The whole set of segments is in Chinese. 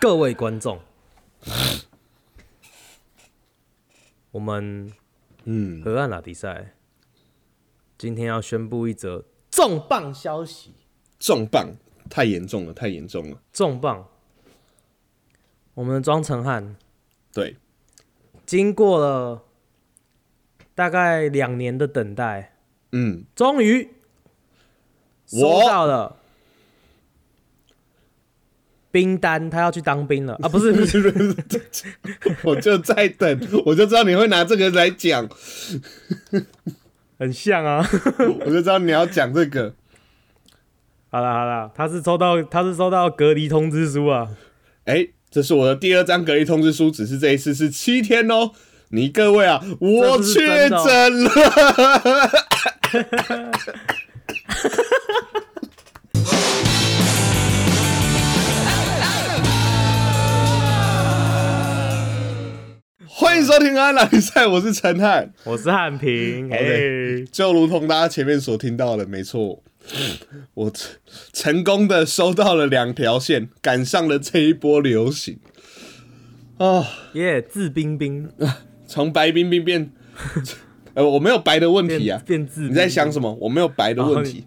各位观众，我们嗯河岸拉迪赛今天要宣布一则重磅消息，重磅，太严重了，太严重了。重磅！我们的庄成汉对，经过了大概两年的等待，嗯， 终于收我到了兵单，他要去当兵了啊！不 是不是，我就在等，我就知道你会拿这个来讲，很像啊。我就知道你要讲这个。好啦好啦，他是抽到他是收到隔离通知书啊，哎、这是我的第二张隔离通知书，只是这一次是七天哦。你各位啊，我这是确真的哦诊了。 欢迎收听《安娜比赛》，我是陈汉。我是汉平，嘿，就如同大家前面所听到的，没错，我成功的收到了两条线，赶上了这一波流行啊。耶，治冰冰从白冰冰变， 呃，我没有白的问题变哦啊。变治冰冰，你在想什么？我没有白的问题，啊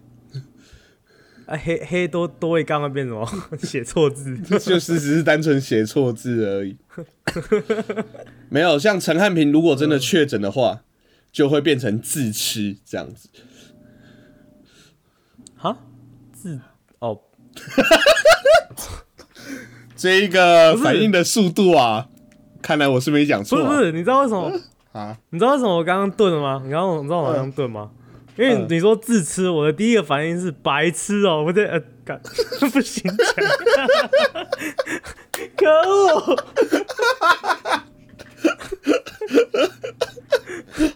黑黑多多一刚刚变什么？ 写错字， 就是只是单纯写错字而 已。没有，像陈汉平如果真的确诊的话，就会变成自吃这样子。哈字哦，这一个不是反应的速度啊，看来我是没讲不错是不啊、是，你知道为什么？啊。你知道为什么我刚刚顿了吗？你刚刚你知道我刚刚顿嗯吗？因为你说自吃，我的第一个反应是白痴哦、我在呃，干 不行讲， 可恶！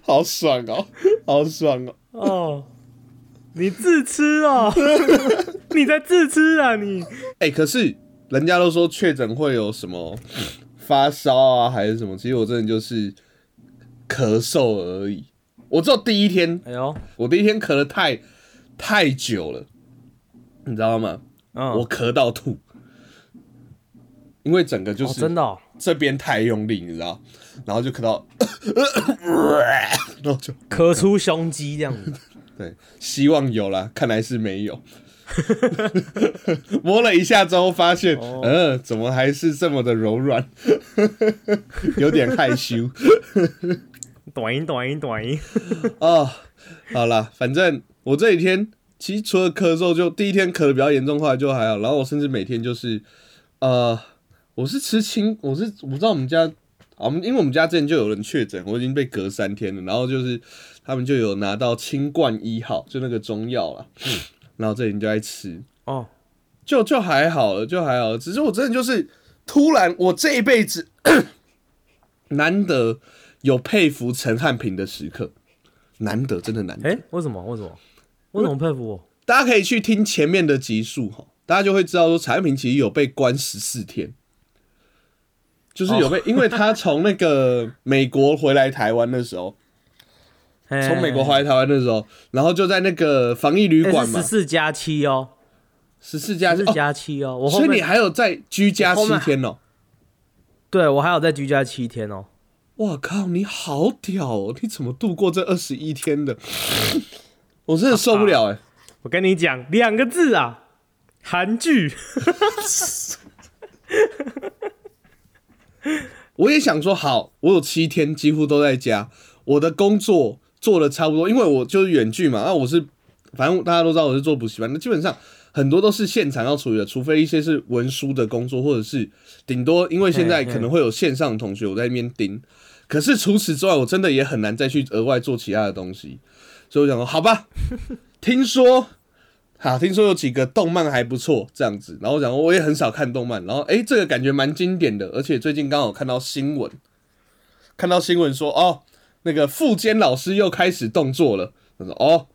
好爽哦，好爽哦。哦，你自吃 哦，你在自吃啊你？哎、可是人家都说确诊会有什么发烧啊，还是什么？其实我真的就是咳嗽而已。我只有第一天，哎呦，我第一天咳的太太久了，你知道吗？嗯，我咳到吐，因为整个就哦是真的、哦，这边太用力，你知道，然后就咳到， 然后就咳出胸肌这样子，对，希望有啦，看来是没有。 摸了一下之后，发现，嗯、呃，怎么还是这么的柔软， 有点害羞短音短音短音， 啊、好啦，反正我这几天其实除了咳嗽就，第一天咳的比较严重，后来就还好。然后我甚至每天就是，呃，我是吃清，我是我不知道我们家。啊，我们因为我们家之前就有人确诊，我已经被隔三天了，然后就是他们就有拿到清冠一号，就那个中药啦，然后这里就在吃，哦，就就还好了，就还好了。只是我真的就是突然，我这一辈子难得有佩服陈汉平的时刻，难得真的难得。哎、为什么为什么为什么佩服我？大家可以去听前面的集数哈，大家就会知道说陈汉平其实有被关十四天，就是哦有被，因为他从那个美国回来台湾的时候，从美国回来台湾的时候，然后就在那个防疫旅馆嘛哎十，四加七哦，十四加十四哦，加七哦，我后所以你面还有在居家我后七面天哦、对我还有在居家七天哦，哇靠，你好屌哦！你怎么度过这二十一天的？ 我真的受不了哎、我跟你讲两个字啊，韩剧，我也想说，好，我有七天几乎都在家，我的工作做的差不多，因为我就是远距嘛，啊，我是，反正大家都知道我是做补习班，那基本上很多都是现场要处理的，除非一些是文书的工作，或者是顶多因为现在嘿嘿可能会有线上的同学我在那边盯，可是除此之外，我真的也很难再去额外做其他的东西，所以我想说，好吧，听说。好，听说有几个动漫还不错，这样子。然后我想说，我也很少看动漫，然后诶，这个感觉蛮经典的，而且最近刚好看到新闻，看到新闻说哦，那个富坚老师又开始动作了。他说哦，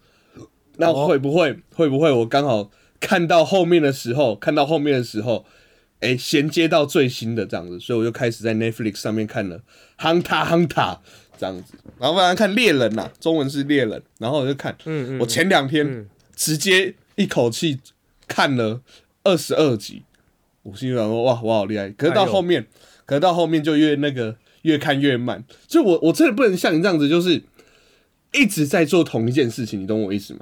那哦会不会、会不会我刚好看到后面的时候，看到后面的时候，诶，衔接到最新的这样子，所以我就开始在 Netflix 上面看了《亨塔亨塔》这样子，然后慢慢看《猎人》呐，中文是《猎人》，然后我就看，嗯我前两天。嗯直接一口气看了二十二集，我心里想说哇，我好厉害。可是到后面，可是到后面就越那个越看越慢，所以我我真的不能像你这样子，就是一直在做同一件事情，你懂我意思吗？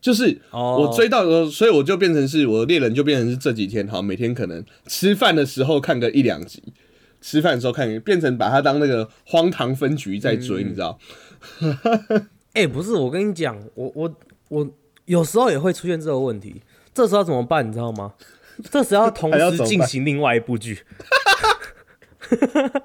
就是哦我追到的时候，所以我就变成是我的猎人就变成是这几天好，每天可能吃饭的时候看个一两集，吃饭的时候看，变成把它当那个荒唐分局在追，嗯你知道？哎、不是，我跟你讲，我我我有时候也会出现这个问题，这时候要怎么办，你知道吗？这时候要同还要怎时么办进行另外一部剧，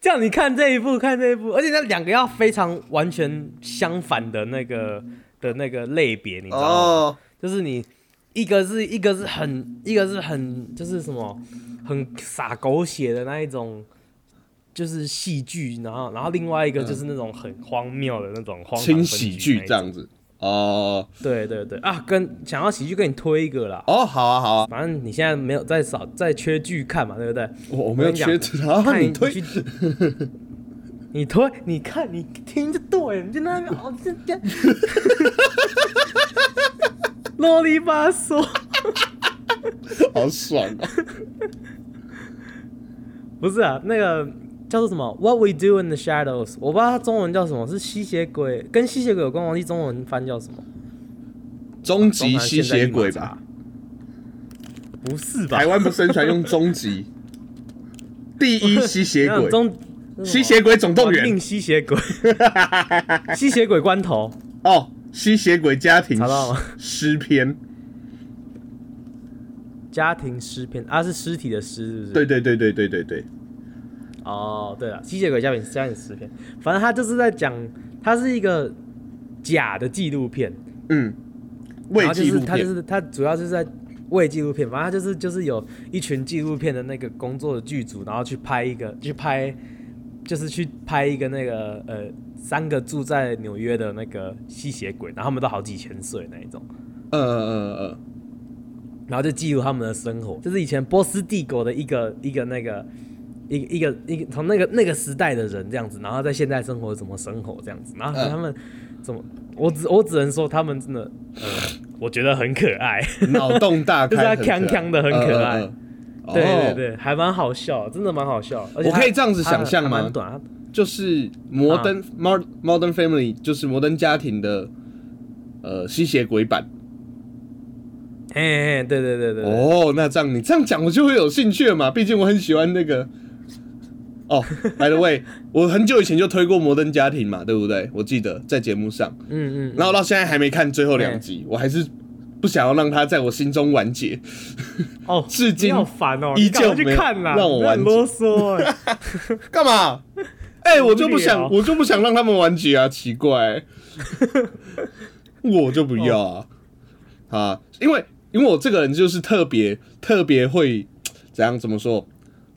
这样你看这一部，看这一部，而且那两个要非常完全相反的那个的那个类别，你知道吗？哦，就是你一个是一个是很一个是很就是什么很洒狗血的那一种，就是戏剧，然后然后另外一个就是那种很荒谬的那种荒唐轻分喜局剧那这一种。样子。哦对对对啊，跟想要喜剧，跟你推一个啦。哦，好啊好啊，反正你现在没有在少在缺剧看嘛，对不对？我我没有我跟缺你职，然后看啊你推去，你推，你看，你听就对了，你就在那边哦，这 这，啰里吧嗦。好爽啊！不是啊，那个叫做什么《What We Do in the Shadows》，我不知道它中文叫什么，是吸血鬼，跟吸血鬼有关，忘记中文翻叫什么。终极中韩吸现在血立马鬼查吧，？不是吧台？湾不宣传用终极，第一吸血 那鬼，中 吸血鬼总动玩命员吸 血鬼，吸血鬼关头哦，吸血鬼家庭查到吗诗篇，家庭尸篇啊，是尸体的尸，是不是？对对对对对对对，哦，对了，吸血鬼家庭家庭尸篇，反正他就是在讲，它是一个假的纪录片，嗯，未然后就纪是录他就片，是他主要就是在为纪录片，反正他就是就是有一群纪录片的那个工作的剧组，然后去拍一个去拍，就是去拍一个那个呃三个住在纽约的那个吸血鬼，然后他们都好几千岁那一种，嗯嗯嗯嗯，然后就记录他们的生活，就是以前波斯帝国的一个一个那个。一个一个一个从那个那个时代的人这样子，然后在现代生活怎么生活这样子，然后他们怎么，我只我只能说他们真的，呃，我觉得很可爱。嗯脑洞大 就是开他很可爱，锵锵的很可爱嗯。嗯嗯对对哦对，还蛮好笑，真的蛮好笑。而且我可以这样子想象吗它还蛮短，就是摩登啊 Modern Modern Family，就是摩登家庭的呃吸血鬼版。哎哎，嘿对对对对。对哦，那这样你这样讲我就会有兴趣了嘛，毕竟我很喜欢那个。哦、b y the way，我很久以前就推过《摩登家庭》嘛，对不对？我记得在节目上，嗯嗯然后到现在还没看最后两集，我还是不想要让它在我心中完结。嗯，哦，至今你好烦哦，依你赶快旧没去有看啦，让我你很完啰嗦 哎。干嘛？哎、我就不无聊想，我就不想让他们完结啊！奇怪、我就不要啊！啊，因为因为我这个人就是特别特别会怎样怎么说，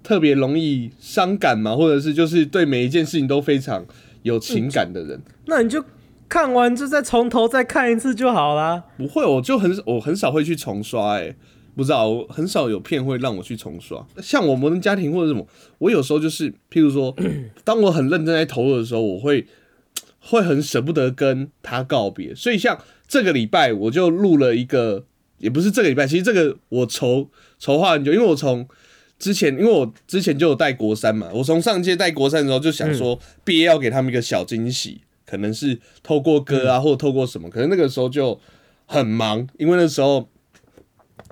特别容易伤感嘛，或者是就是对每一件事情都非常有情感的人。那你就看完就再从头再看一次就好啦。不会，我就很我很少会去重刷、哎，不知道，我很少有片会让我去重刷。像我摩登家庭或者什么，我有时候就是，譬如说，当我很认真在投入的时候，我会会很舍不得跟他告别。所以像这个礼拜，我就录了一个，也不是这个礼拜，其实这个我筹筹划很久，因为我从。之前，因为我之前就有带国三嘛，我从上届带国三的时候就想说，毕业要给他们一个小惊喜，可能是透过歌啊，或者透过什么，可能那个时候就很忙，因为那时候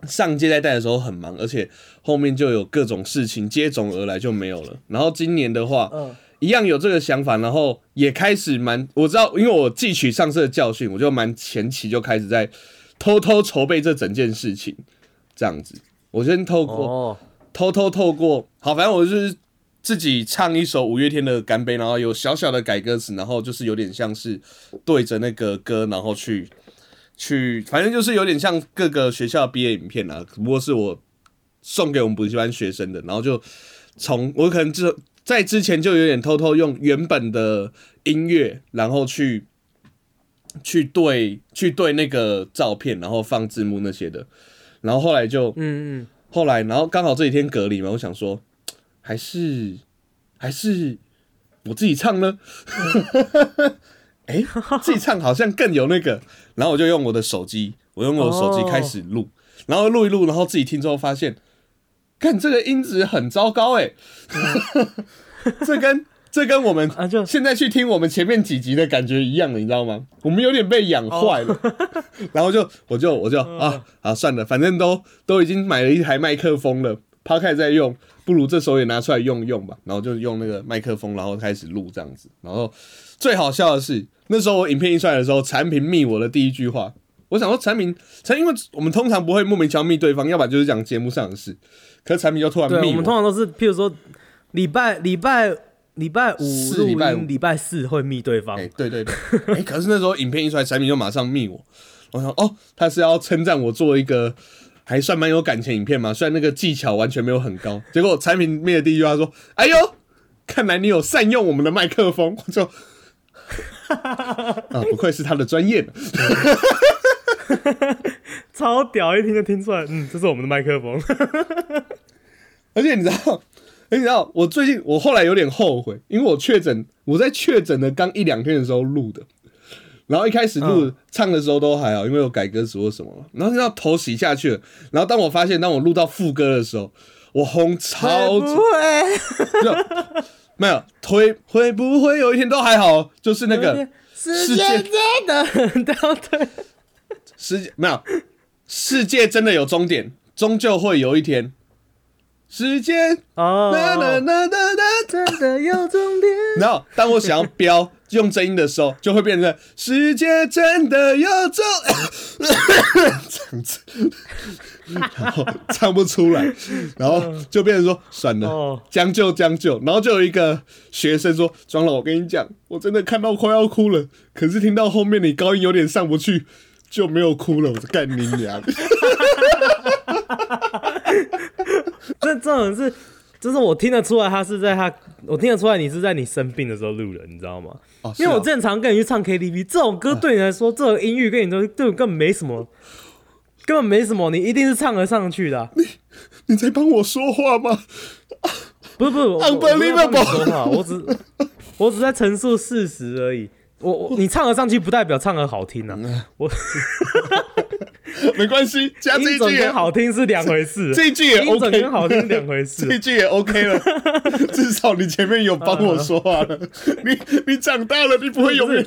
上届在带的时候很忙，而且后面就有各种事情接踵而来，就没有了。然后今年的话，嗯一样有这个想法，然后也开始蛮，我知道，因为我汲取上次的教训，我就蛮前期就开始在偷偷筹备这整件事情，这样子。我先透过、哦，偷偷透过，好，反正我就是自己唱一首五月天的《干杯》，然后有小小的改歌词，然后就是有点像是对着那个歌，然后去去，反正就是有点像各个学校的毕业影片啊，不过是我送给我们补习班学生的，然后就从我可能之在之前就有点偷偷用原本的音乐，然后去。去对去对那个照片，然后放字幕那些的，然后后来就嗯嗯，后来，然后刚好这几天隔离嘛，我想说，还是还是我自己唱呢。 哎、自己唱好像更有那个。然后我就用我的手机，我用我的手哦机开始录，然后录一录，然后自己听之后发现，看这个音质很糟糕哎、 这跟这跟我们啊就现在去听我们前面几集的感觉一样，你知道吗？我们有点被养坏了，哦 然后就我就我就嗯啊啊算了，反正都都已经买了一台麦克风了 p o d 在用，不如这时候也拿出来用用吧。然后就用那个麦克风，然后开始录这样子。然后最好笑的是，那时候我影片一出来的时候，产品密我的第一句话，我想说产品产，因为我们通常不会莫名其妙密对方，要不然就是讲节目上的事。可是产品就突然对，密我们通常都是，譬如说礼拜礼拜礼拜五是录礼拜音，五礼拜四会密对方哎、。对对 对，哎、可是那时候影片一出来，产品就马上密我，我想哦，他是要称赞我做一个还算蛮有感情影片嘛，虽然那个技巧完全没有很高，结果产品灭的第一句话说：“哎呦，看来你有善用我们的麦克风。”我就。 啊，不愧是他的专业呢。超屌，一听就听出来，嗯，这是我们的麦克风。而且你知道，哎，你知道，我最近我后来有点后悔，因为我确诊，我在确诊的刚一两天的时候录的，然后一开始录、唱的时候都还好，因为有改歌词或什么嘛，然后要头洗下去了，然后当我发现，当我录到副歌的时候，我红超级 会，没有推，会不会有一天都还好？就是那个是世界现在的， 对啊对，世界没有，世界真的有终点，终究会有一天，时间哦，哒哒哒哒哒。真的有终点。然后当我想要飙用真音的时候，就会变成世界真的有种 这样子，然后唱不出来，然后就变成说算了哦，将就将就。然后就有一个学生说：“庄老，我跟你讲，我真的看到快要哭了，可是听到后面你高音有点上不去，就没有哭了。”我说：“干你娘！” 这这种是，就是我听得出来，他是在他，我听得出来你是在你生病的时候录的，你知道吗？哦因为我是啊正常跟你去唱 KTV，这种歌对你来说，这种音域跟你都对我根本没什么，根本没什么，你一定是唱得上去的啊、你在帮我说话吗？不是不是我我我不是在帮你 Unbelievable 说话，我只我只在陈述事实而已。我我你唱得上去，不代表唱得好听啊。嗯没关系，加啊这音一准句也跟，好听是两回事，啊这一句也音准 OK，跟好听是两回 这一事。啊句也 OK 了，至少你前面有帮我说话嗯了。 你你长大了，你不会永远，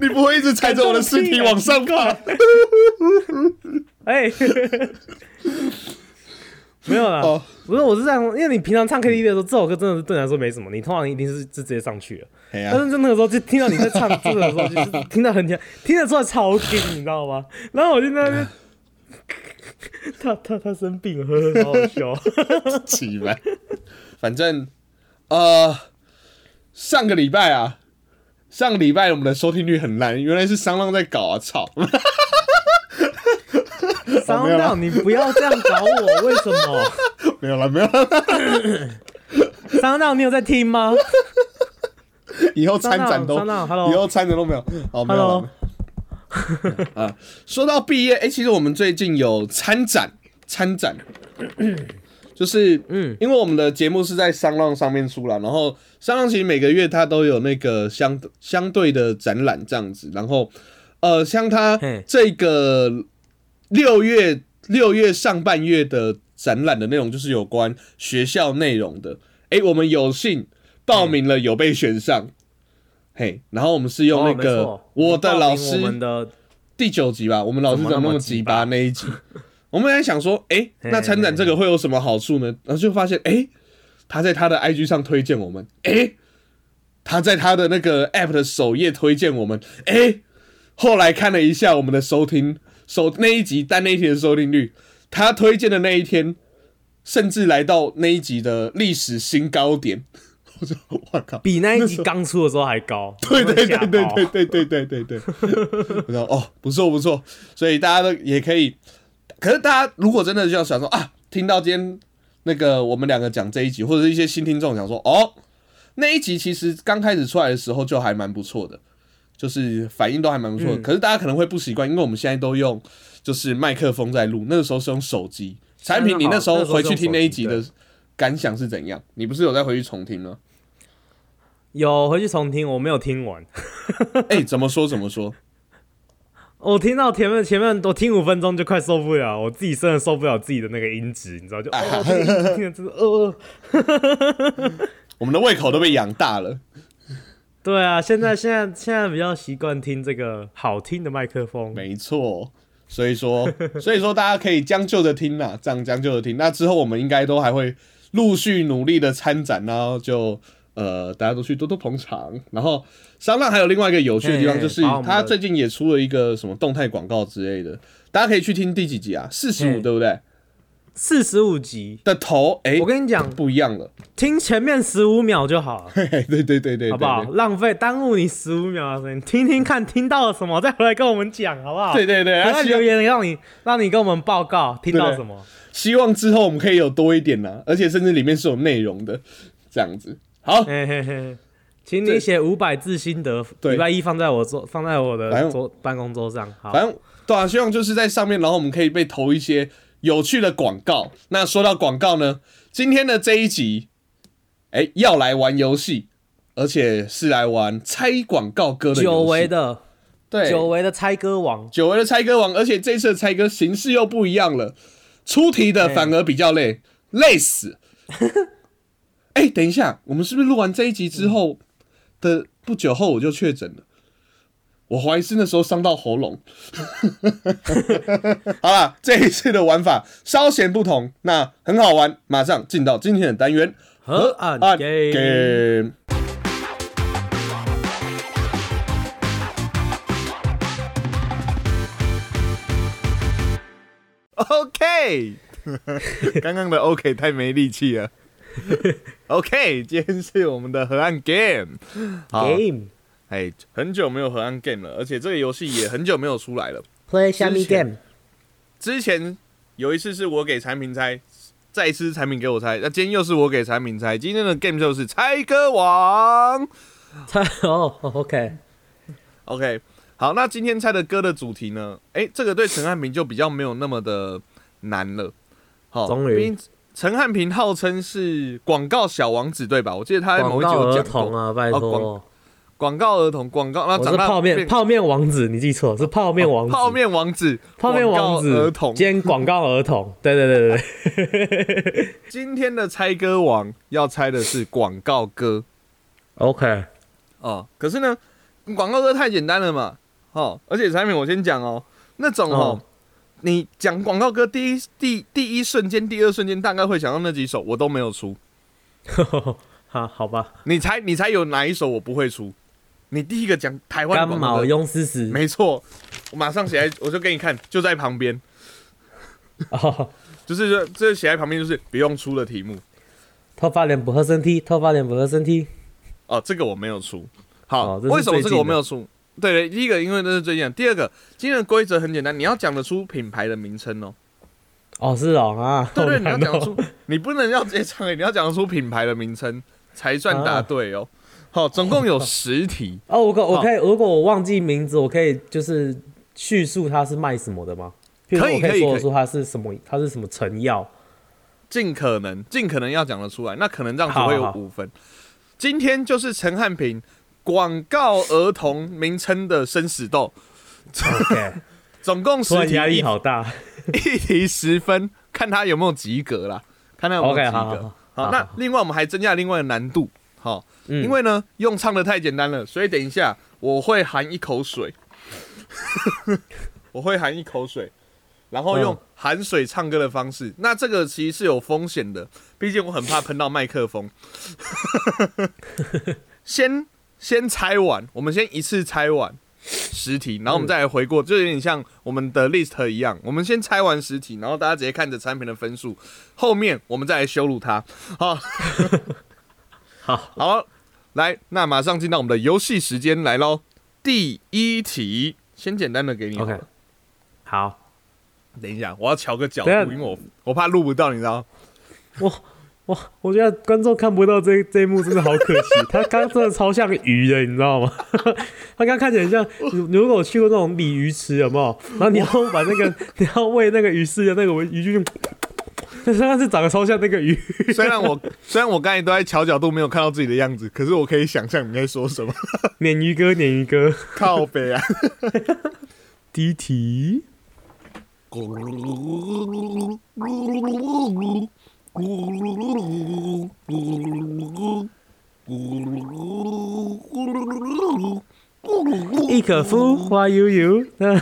你不会一直踩着我的尸体往上爬。哎，没有啦哦，不是我是这样，因为你平常唱 KTV 的时候，这首歌真的是对你来说没什么，你通常一定是是直接上去了。 哎但是就那个时候，就听到你在唱这个的时候，就是 听到很听，听得出来超劲，你知道吗？然后我就在哎那边，他他他生病了，呵呵，好好哦笑。起来，反正呃，上个礼拜啊，上个礼拜我们的收听率很烂，原来是商浪在搞啊！操， 商没 有啦量，你不要这样搞我，为什么？没有了，没有了，商量，你有在听吗？以后参展都，商浪商浪，hello 以后参展都没有，好，没有了 Hello。啊，说到毕业，哎、其实我们最近有参展，参 展，就是，嗯，因为我们的节目是在商浪上面出了，然后商浪其实每个月它都有那个相相对的展览这样子，然后，呃，像它嘿这个六月六月上半月的展览的内容就是有关学校内容的，哎、我们有幸报名嗯了，有被选上。嘿，然后我们是用那个、哦没错我的老师我们的第九集吧，我们老师怎长那么那么么鸡鸡巴巴那一 集，我们在想说，哎、嘿那参展这个会有什么好处呢？然后就发现，哎、他在他的 IG 上推荐我们，哎、他在他的那个 App 的首页推荐我们，哎、后来看了一下我们的收听收那一集单那一天的收听率，他推荐的那一天，甚至来到那一集的历史新高点， 我说，我靠，比那一集刚出的时候还高，对对对吓对爆对对对对对 对，我说哦，不错不错，所以大家都也可以，可是大家如果真的就想说啊，听到今天那个我们两个讲这一集，或者是一些新听众想说哦，那一集其实刚开始出来的时候就还蛮不错的，就是反应都还蛮不错的，可是大家可能会不习惯，因为我们现在都用就是麦克风在录，那个时候是用手机。产品，嗯你那时候回去听那一集的感想是怎样？你不是有再回去重听 吗？有回去重听，我没有听完。哎、怎么说怎么说？我听到前面前面我听五分钟就快受不了，我自己真的受不了自己的那个音质，你知道就哦，这个音听着真的呃，我们的胃口都被养大了。对啊，现在现在现在比较习惯听这个好听的麦克风，没错，所以说，所以说大家可以将就着听啦，这样将就着听。那之后我们应该都还会陆续努力的参展，然后就呃，大家都去多多捧场。然后商浪还有另外一个有趣的地方，嘿就是把我们的他最近也出了一个什么动态广告之类的，大家可以去听第几集啊？四十五嘿对不对？四十五集，的头哎，我跟你讲，不一样了，听前面十五秒就好了，嘿嘿，对对对对，好不好？对？浪费耽误你十五秒的时间，听听看听到了什么，再回来跟我们讲，好不好？对对对，回啊来希望留言让你让你跟我们报告听到对什么。希望之后我们可以有多一点呢、而且甚至里面是有内容的，这样子。好， 嘿嘿嘿，请对你写五百字心得，对礼拜一放在我桌，放在反我的正桌办公桌上。好，反正对啊，希望就是在上面，然后我们可以被投一些有趣的广告。那说到广告呢，今天的这一集，哎、要来玩游戏，而且是来玩猜广告歌的游戏久违的对久违的猜歌王，久违的猜歌王，而且这次的猜歌形式又不一样了，出题的反而比较累，累死。哎、等一下，我们是不是录完这一集之后的不久后我就确诊了？我怀疑是那时候伤到喉咙。 好啦，这一次的玩法稍显不同，那很好玩。马上进到今天的单元河岸 game。 game。 OK，刚刚的 OK 太没力气了。OK，今天是我们的河岸 Game。好， Game 哎，很久没有河岸 Game 了，而且这个游戏也很久没有出来了。 play 虾米之前 game，之前有一次是我给产品猜，再一次是产品给我猜，那今天又是我给产品猜。今天的 Game 就是猜歌王。猜 哦哦，OK， OK，好，那今天猜的歌的主题呢？哎、这个对陈汉平就比较没有那么的难了。好，终于毕竟陈汉平号称是广告小王子，对吧？我记得他在某广一集告有儿讲童过啊，拜哦托，广告儿童，广告，那我长是大泡面变哦泡面王子，你记错，是泡面王子，泡面王子，泡面王广子告儿童。兼广告儿童， 对对对对对，今天的猜歌王要猜的是广告歌。 OK，哦，可是呢，广告歌太简单了嘛，哦，而且产品我先讲哦，那种哦，哦你讲广告歌第一第第一瞬间、第二瞬间大概会想到那几首，我都没有出， 好好吧，你猜你猜有哪一首我不会出？你第一个讲台湾干的广告毛歌，庸思思，没错，我马上写在，我就给你看，就在旁边，哦就是这这写在旁边就是不用出的题目头发脸不合身体，头发脸不合身体。哦，这个我没有出。好，哦这是为什么最这近个的我没有出？对对，第一个因为那是最近的，第二个今天的规则很简单，你要讲得出品牌的名称哦。哦，是哦啊， 对对，好你要难讲哦得出，你不能要直接唱给，你要讲得出品牌的名称才算啊答对哦。好，总共有十题，哦，我可我可以，如果我忘记名字，我可以就是叙述它是卖什么的吗？譬如可说以我可以以说可以出它是什么，它是什么 成药？尽可能尽可能要讲得出来，那可能这样子好会有好五分。今天就是陈汉平广告儿童名称的生死斗， OK，总共突十然题，压力好大。一 题十分，看他有没有及格啦，看他有没有 OK，及好好格好。好，好那好另外我们还增加另外的难度，好，嗯因为呢用唱的太简单了，所以等一下我会含一口水，我会含一口水，然后用嗯含水唱歌的方式。那这个其实是有风险的，毕竟我很怕喷到麦克 风。先先猜完，我们先一次猜完十题，然后我们再来回过，就有点像我们的 list 一样，我们先猜完十题，然后大家直接看着产品的分数，后面我们再来羞辱它。好，好，好，来，那马上进到我们的游戏时间来喽。第一题，先简单的给你哦好了 OK，好，等一下，我要调个角度，等一下因为我我怕录不到，你知道吗？哇，我觉得观众看不到这这一幕真的好可 惜，他刚真的超像鱼的，你知道吗？ 他刚看起来很像，如如果我去过那种鲤鱼池，有没有？然后你要把那个 你要喂那个鱼吃的那个鱼就，但是它是长得超像那个鱼。虽然我 虽然我刚才都在调角度，没有看到自己的样子，可是我 可以想象你在说什么。鲶鱼哥，鲳鱼哥，靠北啊！第一题，亦可夫花悠悠。 那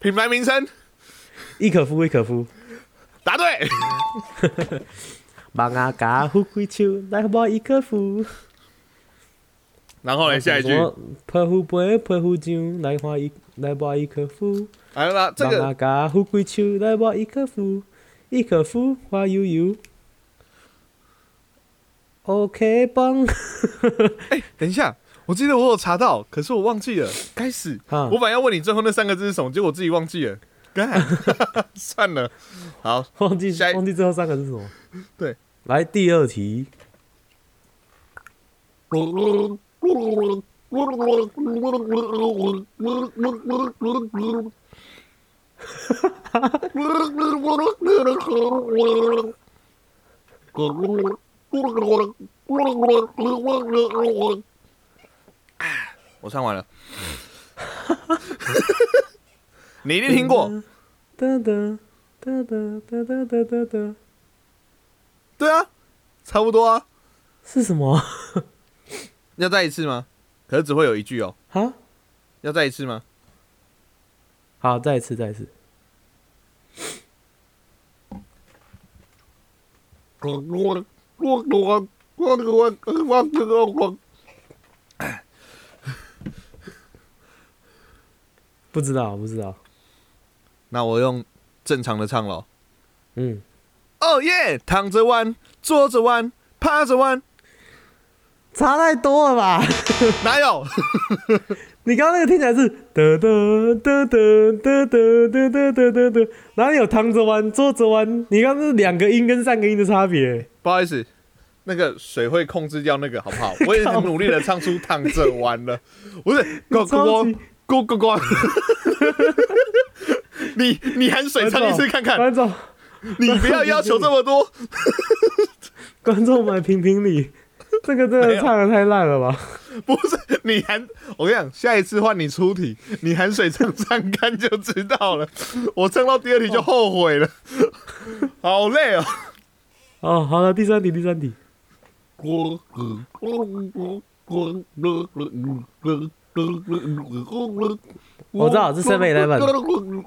品牌名称亦可夫，亦可夫。答 对，望阿嘎富贵手，来我亦可夫。然后嘞，下一句， 泼妇杯，泼妇酒，来花一，来我亦可夫。来啦，这望个阿嘎富贵手，来我亦可夫。亦可夫花悠悠。OK，帮。 哎等一下，我记得我有查到，可是我忘记了，该死！啊我本来要问你最后那三个字是什么，结果我自己忘记了， 干，算了，好，忘记下一忘记最后三个是什么？对，来第二题，我唱 完了，你一定听过，嗯哒哒哒哒哒哒哒哒哒，对啊，差不多啊，是什么 要再一次吗？可是只会有一句哦，啊？要再一次吗？好，再一次，再一次。不知道，不知道。那我用正常的唱喽。嗯，哦耶！躺着玩，坐着玩，趴着玩，差太多了吧？哪有？你刚刚那个听起来是哒哒哒哒哒哒哒哒哒哒，哪里有躺着玩、坐着玩？你刚刚是两个音跟三个音的差别。不好意思，那个水会控制掉那个，好不 好？我也很努力的唱出躺着玩了，不是呱呱超级呱呱呱。 你你含水哎唱一次看看，观众， 你不要要求这么多。观众们评评理，这个真的唱的太烂了吧？不是你含，我跟你讲，下一次换你出题，你含水唱唱 看就知道了。我唱到第二题就后悔了， 好累哦。哦，好了，第三题，第三题。我知道，是 Seven Eleven。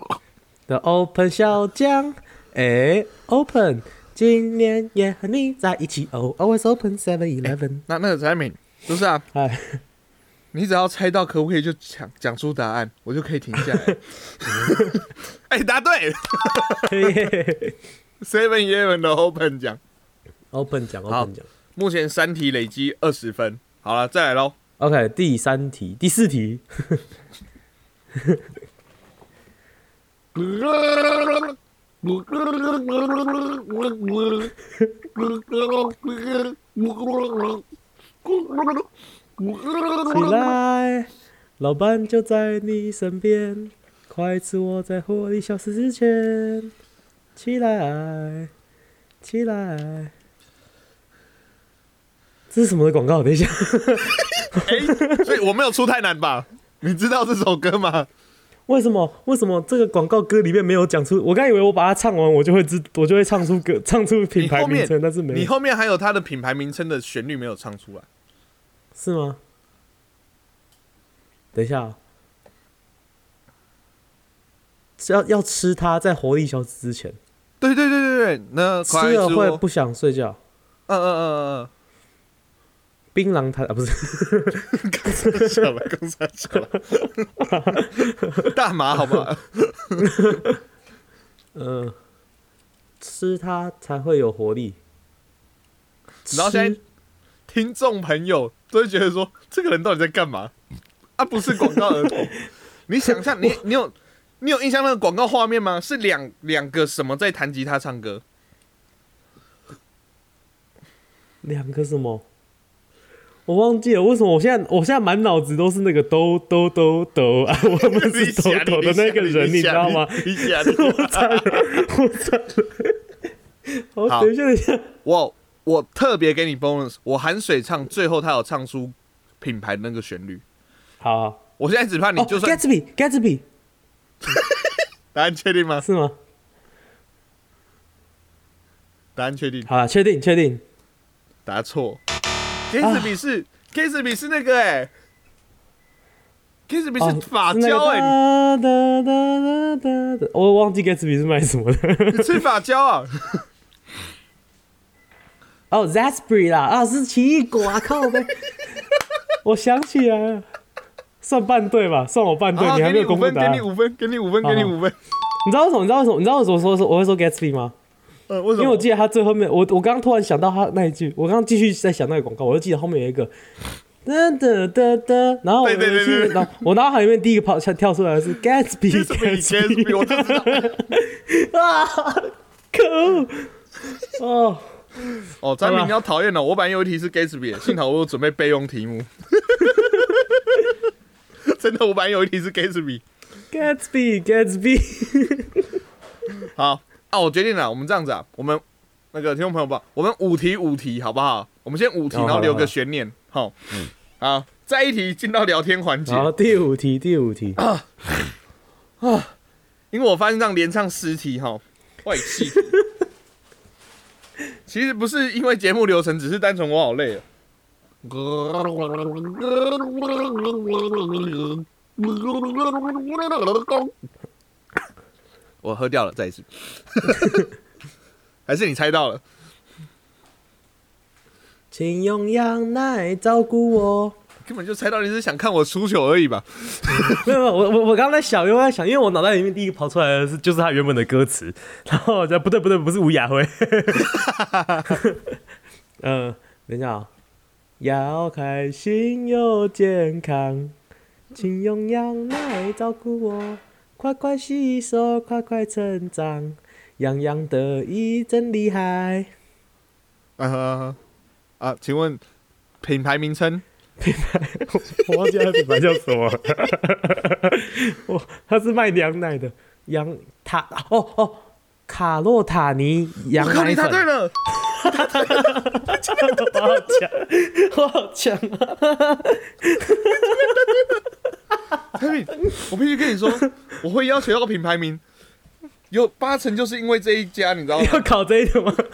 The Open 小将，哎，Open，今年也和你在一起哦，Always Open Seven Eleven。那那个产品就是啊，哎， 你只要猜到可不可以就讲讲出答案，我就可以停下来。 哎、答对，Seven 哎 Eleven 的 Open 奖， Open 讲好，Open 讲。目前三题累积二十分。好了，再来喽。 OK，第三题，第四题，起来，老板就在你身边，快自我在活力消失之前，起来，起来。这是什么的广告？等一下，哎、所以我没有出太难吧？你知道这首歌吗？为什么？为什么这个广告歌里面没有讲出？我刚以为我把它唱完，我就会知，我就会唱出歌，唱出品牌名称，但是没你有，后面还有它的品牌名称的旋律没有唱出来。是吗？等一下、哦，要要吃它，在活力消失之前，对对对对对，那吃快了会说不想睡觉。嗯嗯嗯槟榔摊啊，不是 嗯嗯，笑了，刚才笑了，嗯大麻好不好？吃它才会有活力。然后现在吃听众朋友都会觉得说，这个人到底在干嘛？啊，不是广告儿 童。你想象，你你有你有印象那个广告画面吗？是两两个什么在弹吉他唱歌？两个什么？我忘记了，为什么我现在我现在满脑子都是那个抖抖抖抖啊， 我们你是抖想抖的那个人，你你知道 吗？你想你想我惨了，我惨 了。好好，等一下，等一下，我我特别给你 bonus，我含水唱，最后他有唱出品牌的那个旋律。好好，我现在只怕你哦就算，Gatsby，Gatsby 答案确定吗？是吗？答案确定，好了，确定确定，答错。Gatsby 是 Gatsby 是那个哎，Gatsby 哦是发胶哎，是那个哒哒哒哒哒我忘记 Gatsby 是卖什么的。 你吃发胶啊？哦，Zaspri 啦，啊是奇异果啊，靠 呗！我想起来了，算半对吧？算我 半对，好你还啊给没你有公五布分，答给案。哦你你五分，给你五分，给你好好五分。知道为什么？你知道为什么？你知道为什么说说我会说 Gatsby 吗？呃，为什因为我么？记得他最后面，我我刚刚突然想到他那一句，我刚刚继续在想那个广告，我就记得后面有一个哒哒哒哒，然后我对对对对对然后我脑海里面第一个跑跳跳出来的是 Gatsby Gatsby Gatsby，我就知道。啊， 可恶！哦，哦，张好明吧你要讨厌了，我本来有一题是 Gatsby，的幸好我有准备备用题目。 真的，我本来有一题是 Gatsby。 Gatsby Gatsby，好啊，我决定了，我们这样子啊，我们那个听众朋友吧，我们五题五题好不好？我们先五题，哦然后好留好个悬念，好。好，再一题进到聊天环节，好，第五题第五题，因为我发现这样连唱十题哈，外气。其实不是因为节目流程，只是单纯我好累了。我喝掉了，再一 次。还是你猜到了？请用羊奶照顾我。根本就猜到你是想看我输球而已吧？ 没有，没有我我我刚才想，因为我在想，因为我脑袋里面第一个跑出来的是就是他原本的歌词，然后我觉得不对不对，不是吴雅辉。 嗯、等一下啊，要开心又健康，请用羊奶照顾我，快快洗手，快快成长，洋洋得意真厉害。啊啊，请问品牌名称？我忘记他品牌叫什么了。 我他是卖羊奶的，羊塔哦哦，卡洛塔尼羊我靠，奶你粉答。对了！ 我好强，我好强啊！产品， 我必须跟你说，我会要求要个品牌名，有八成就是因为这一家，你知道吗？ 要考这一个吗？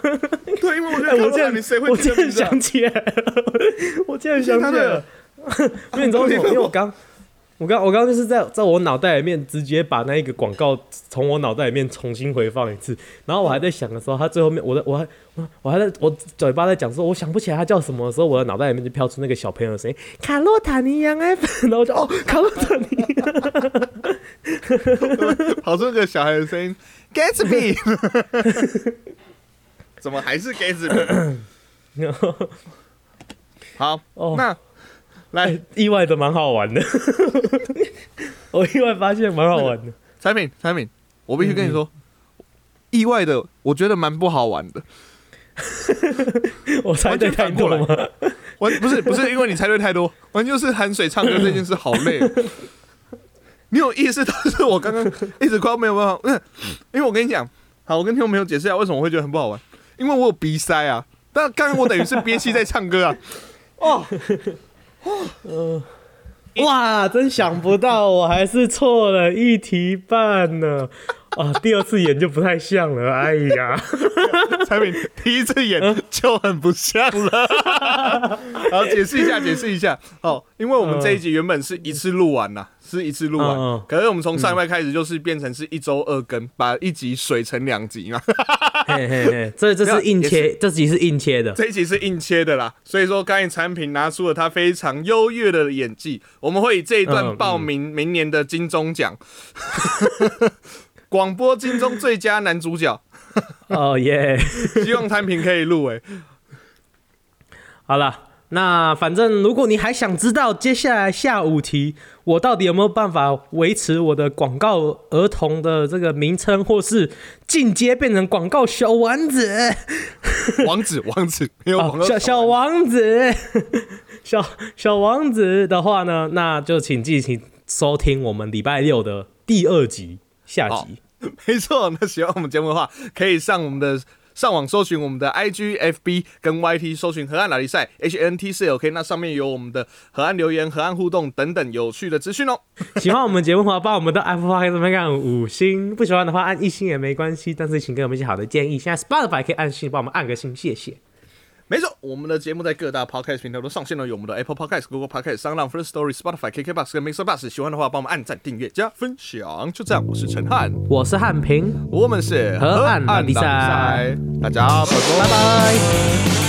对，因为我觉哎，得我看竟到然你谁会我记竟得名然字啊想起来了，我竟然想起来了。 因为你知道为什么？因为我刚，我刚，我刚就是在在我脑袋里面直接把那一个广告从我脑袋里面重新回放一次，然后我还在想的时候，他最后面，我的我还我我还在我嘴巴在讲说我想不起来他叫什么的时候，我的脑袋里面就飘出那个小朋友的声音：卡洛塔尼羊奶粉。然后我就哦，卡洛塔尼。跑出那个小孩的声音，Gatsby，怎么还是 Gatsby？然后好，哦那来意外的蛮好玩的， 我意外发现蛮好玩的。 产品产品，我必须跟你说，意外的，我觉得蛮不好玩的。我猜对太多了完全吗？完不是不是因为你猜对太多，完全就是含水唱歌这件事好累、哦。你有意识到是我刚刚一直快要没有办法，嗯，因为我跟你讲，好，我跟听众朋友解释一下为什么我会觉得很不好玩，因为我有鼻塞啊，但刚刚我等于是憋气在唱歌啊，哦， 哇，真想不到，我还是错了一题半呢。 啊，第二次演就不太像了，哎呀，产品第一次演就很不像了。 好，解释一下，解释一下。哦，因为我们这一集原本是一次录完呐，是一次录完，嗯嗯可是我们从上一拜开始就是变成是一周二更，把一集水成两集嘛。 嘿嘿嘿，这这是硬没切，这集是硬切的。这一集是硬切的啦，所以说刚才产品拿出了他非常优越的演技，我们会以这一段报名明年的金钟奖， 广播金钟最佳男主角， 哦耶，希望产品可以欸入围。好了。那反正，如果你还想知道接下来下五题我到底有没有办法维持我的广告儿童的这个名称，或是进阶变成广告小丸子，王子，王子，没有哦广告小小王子， 小小王子的话呢，那就请继续收听我们礼拜六的第二集下好集。没错，那喜欢我们节目的话，可以上我们的上网搜寻我们的 IG、FB 跟 YT，搜寻河岸拉力赛 HNT 四 OK，那上面有我们的河岸留言、河岸互动等等有趣的资讯哦。 喜欢我们节目的话，帮我们到 Apple Podcast 上面按五星；不喜欢的话，按一星也没关系，但是请给我们一些好的建议。现在 Spotify 可以按星，帮我们按个星，谢谢。没错，我们的节目在各大 podcast 平台都上线了，有我们的 Apple Podcast、Google Podcast、s o u n d First Story、Spotify、KKBox 跟 Mixer Bus。喜欢的话，帮我们按赞、订阅、加分享。就这样，我是陈汉，我是汉平，我们是河岸拉力赛大家拜拜。拜拜。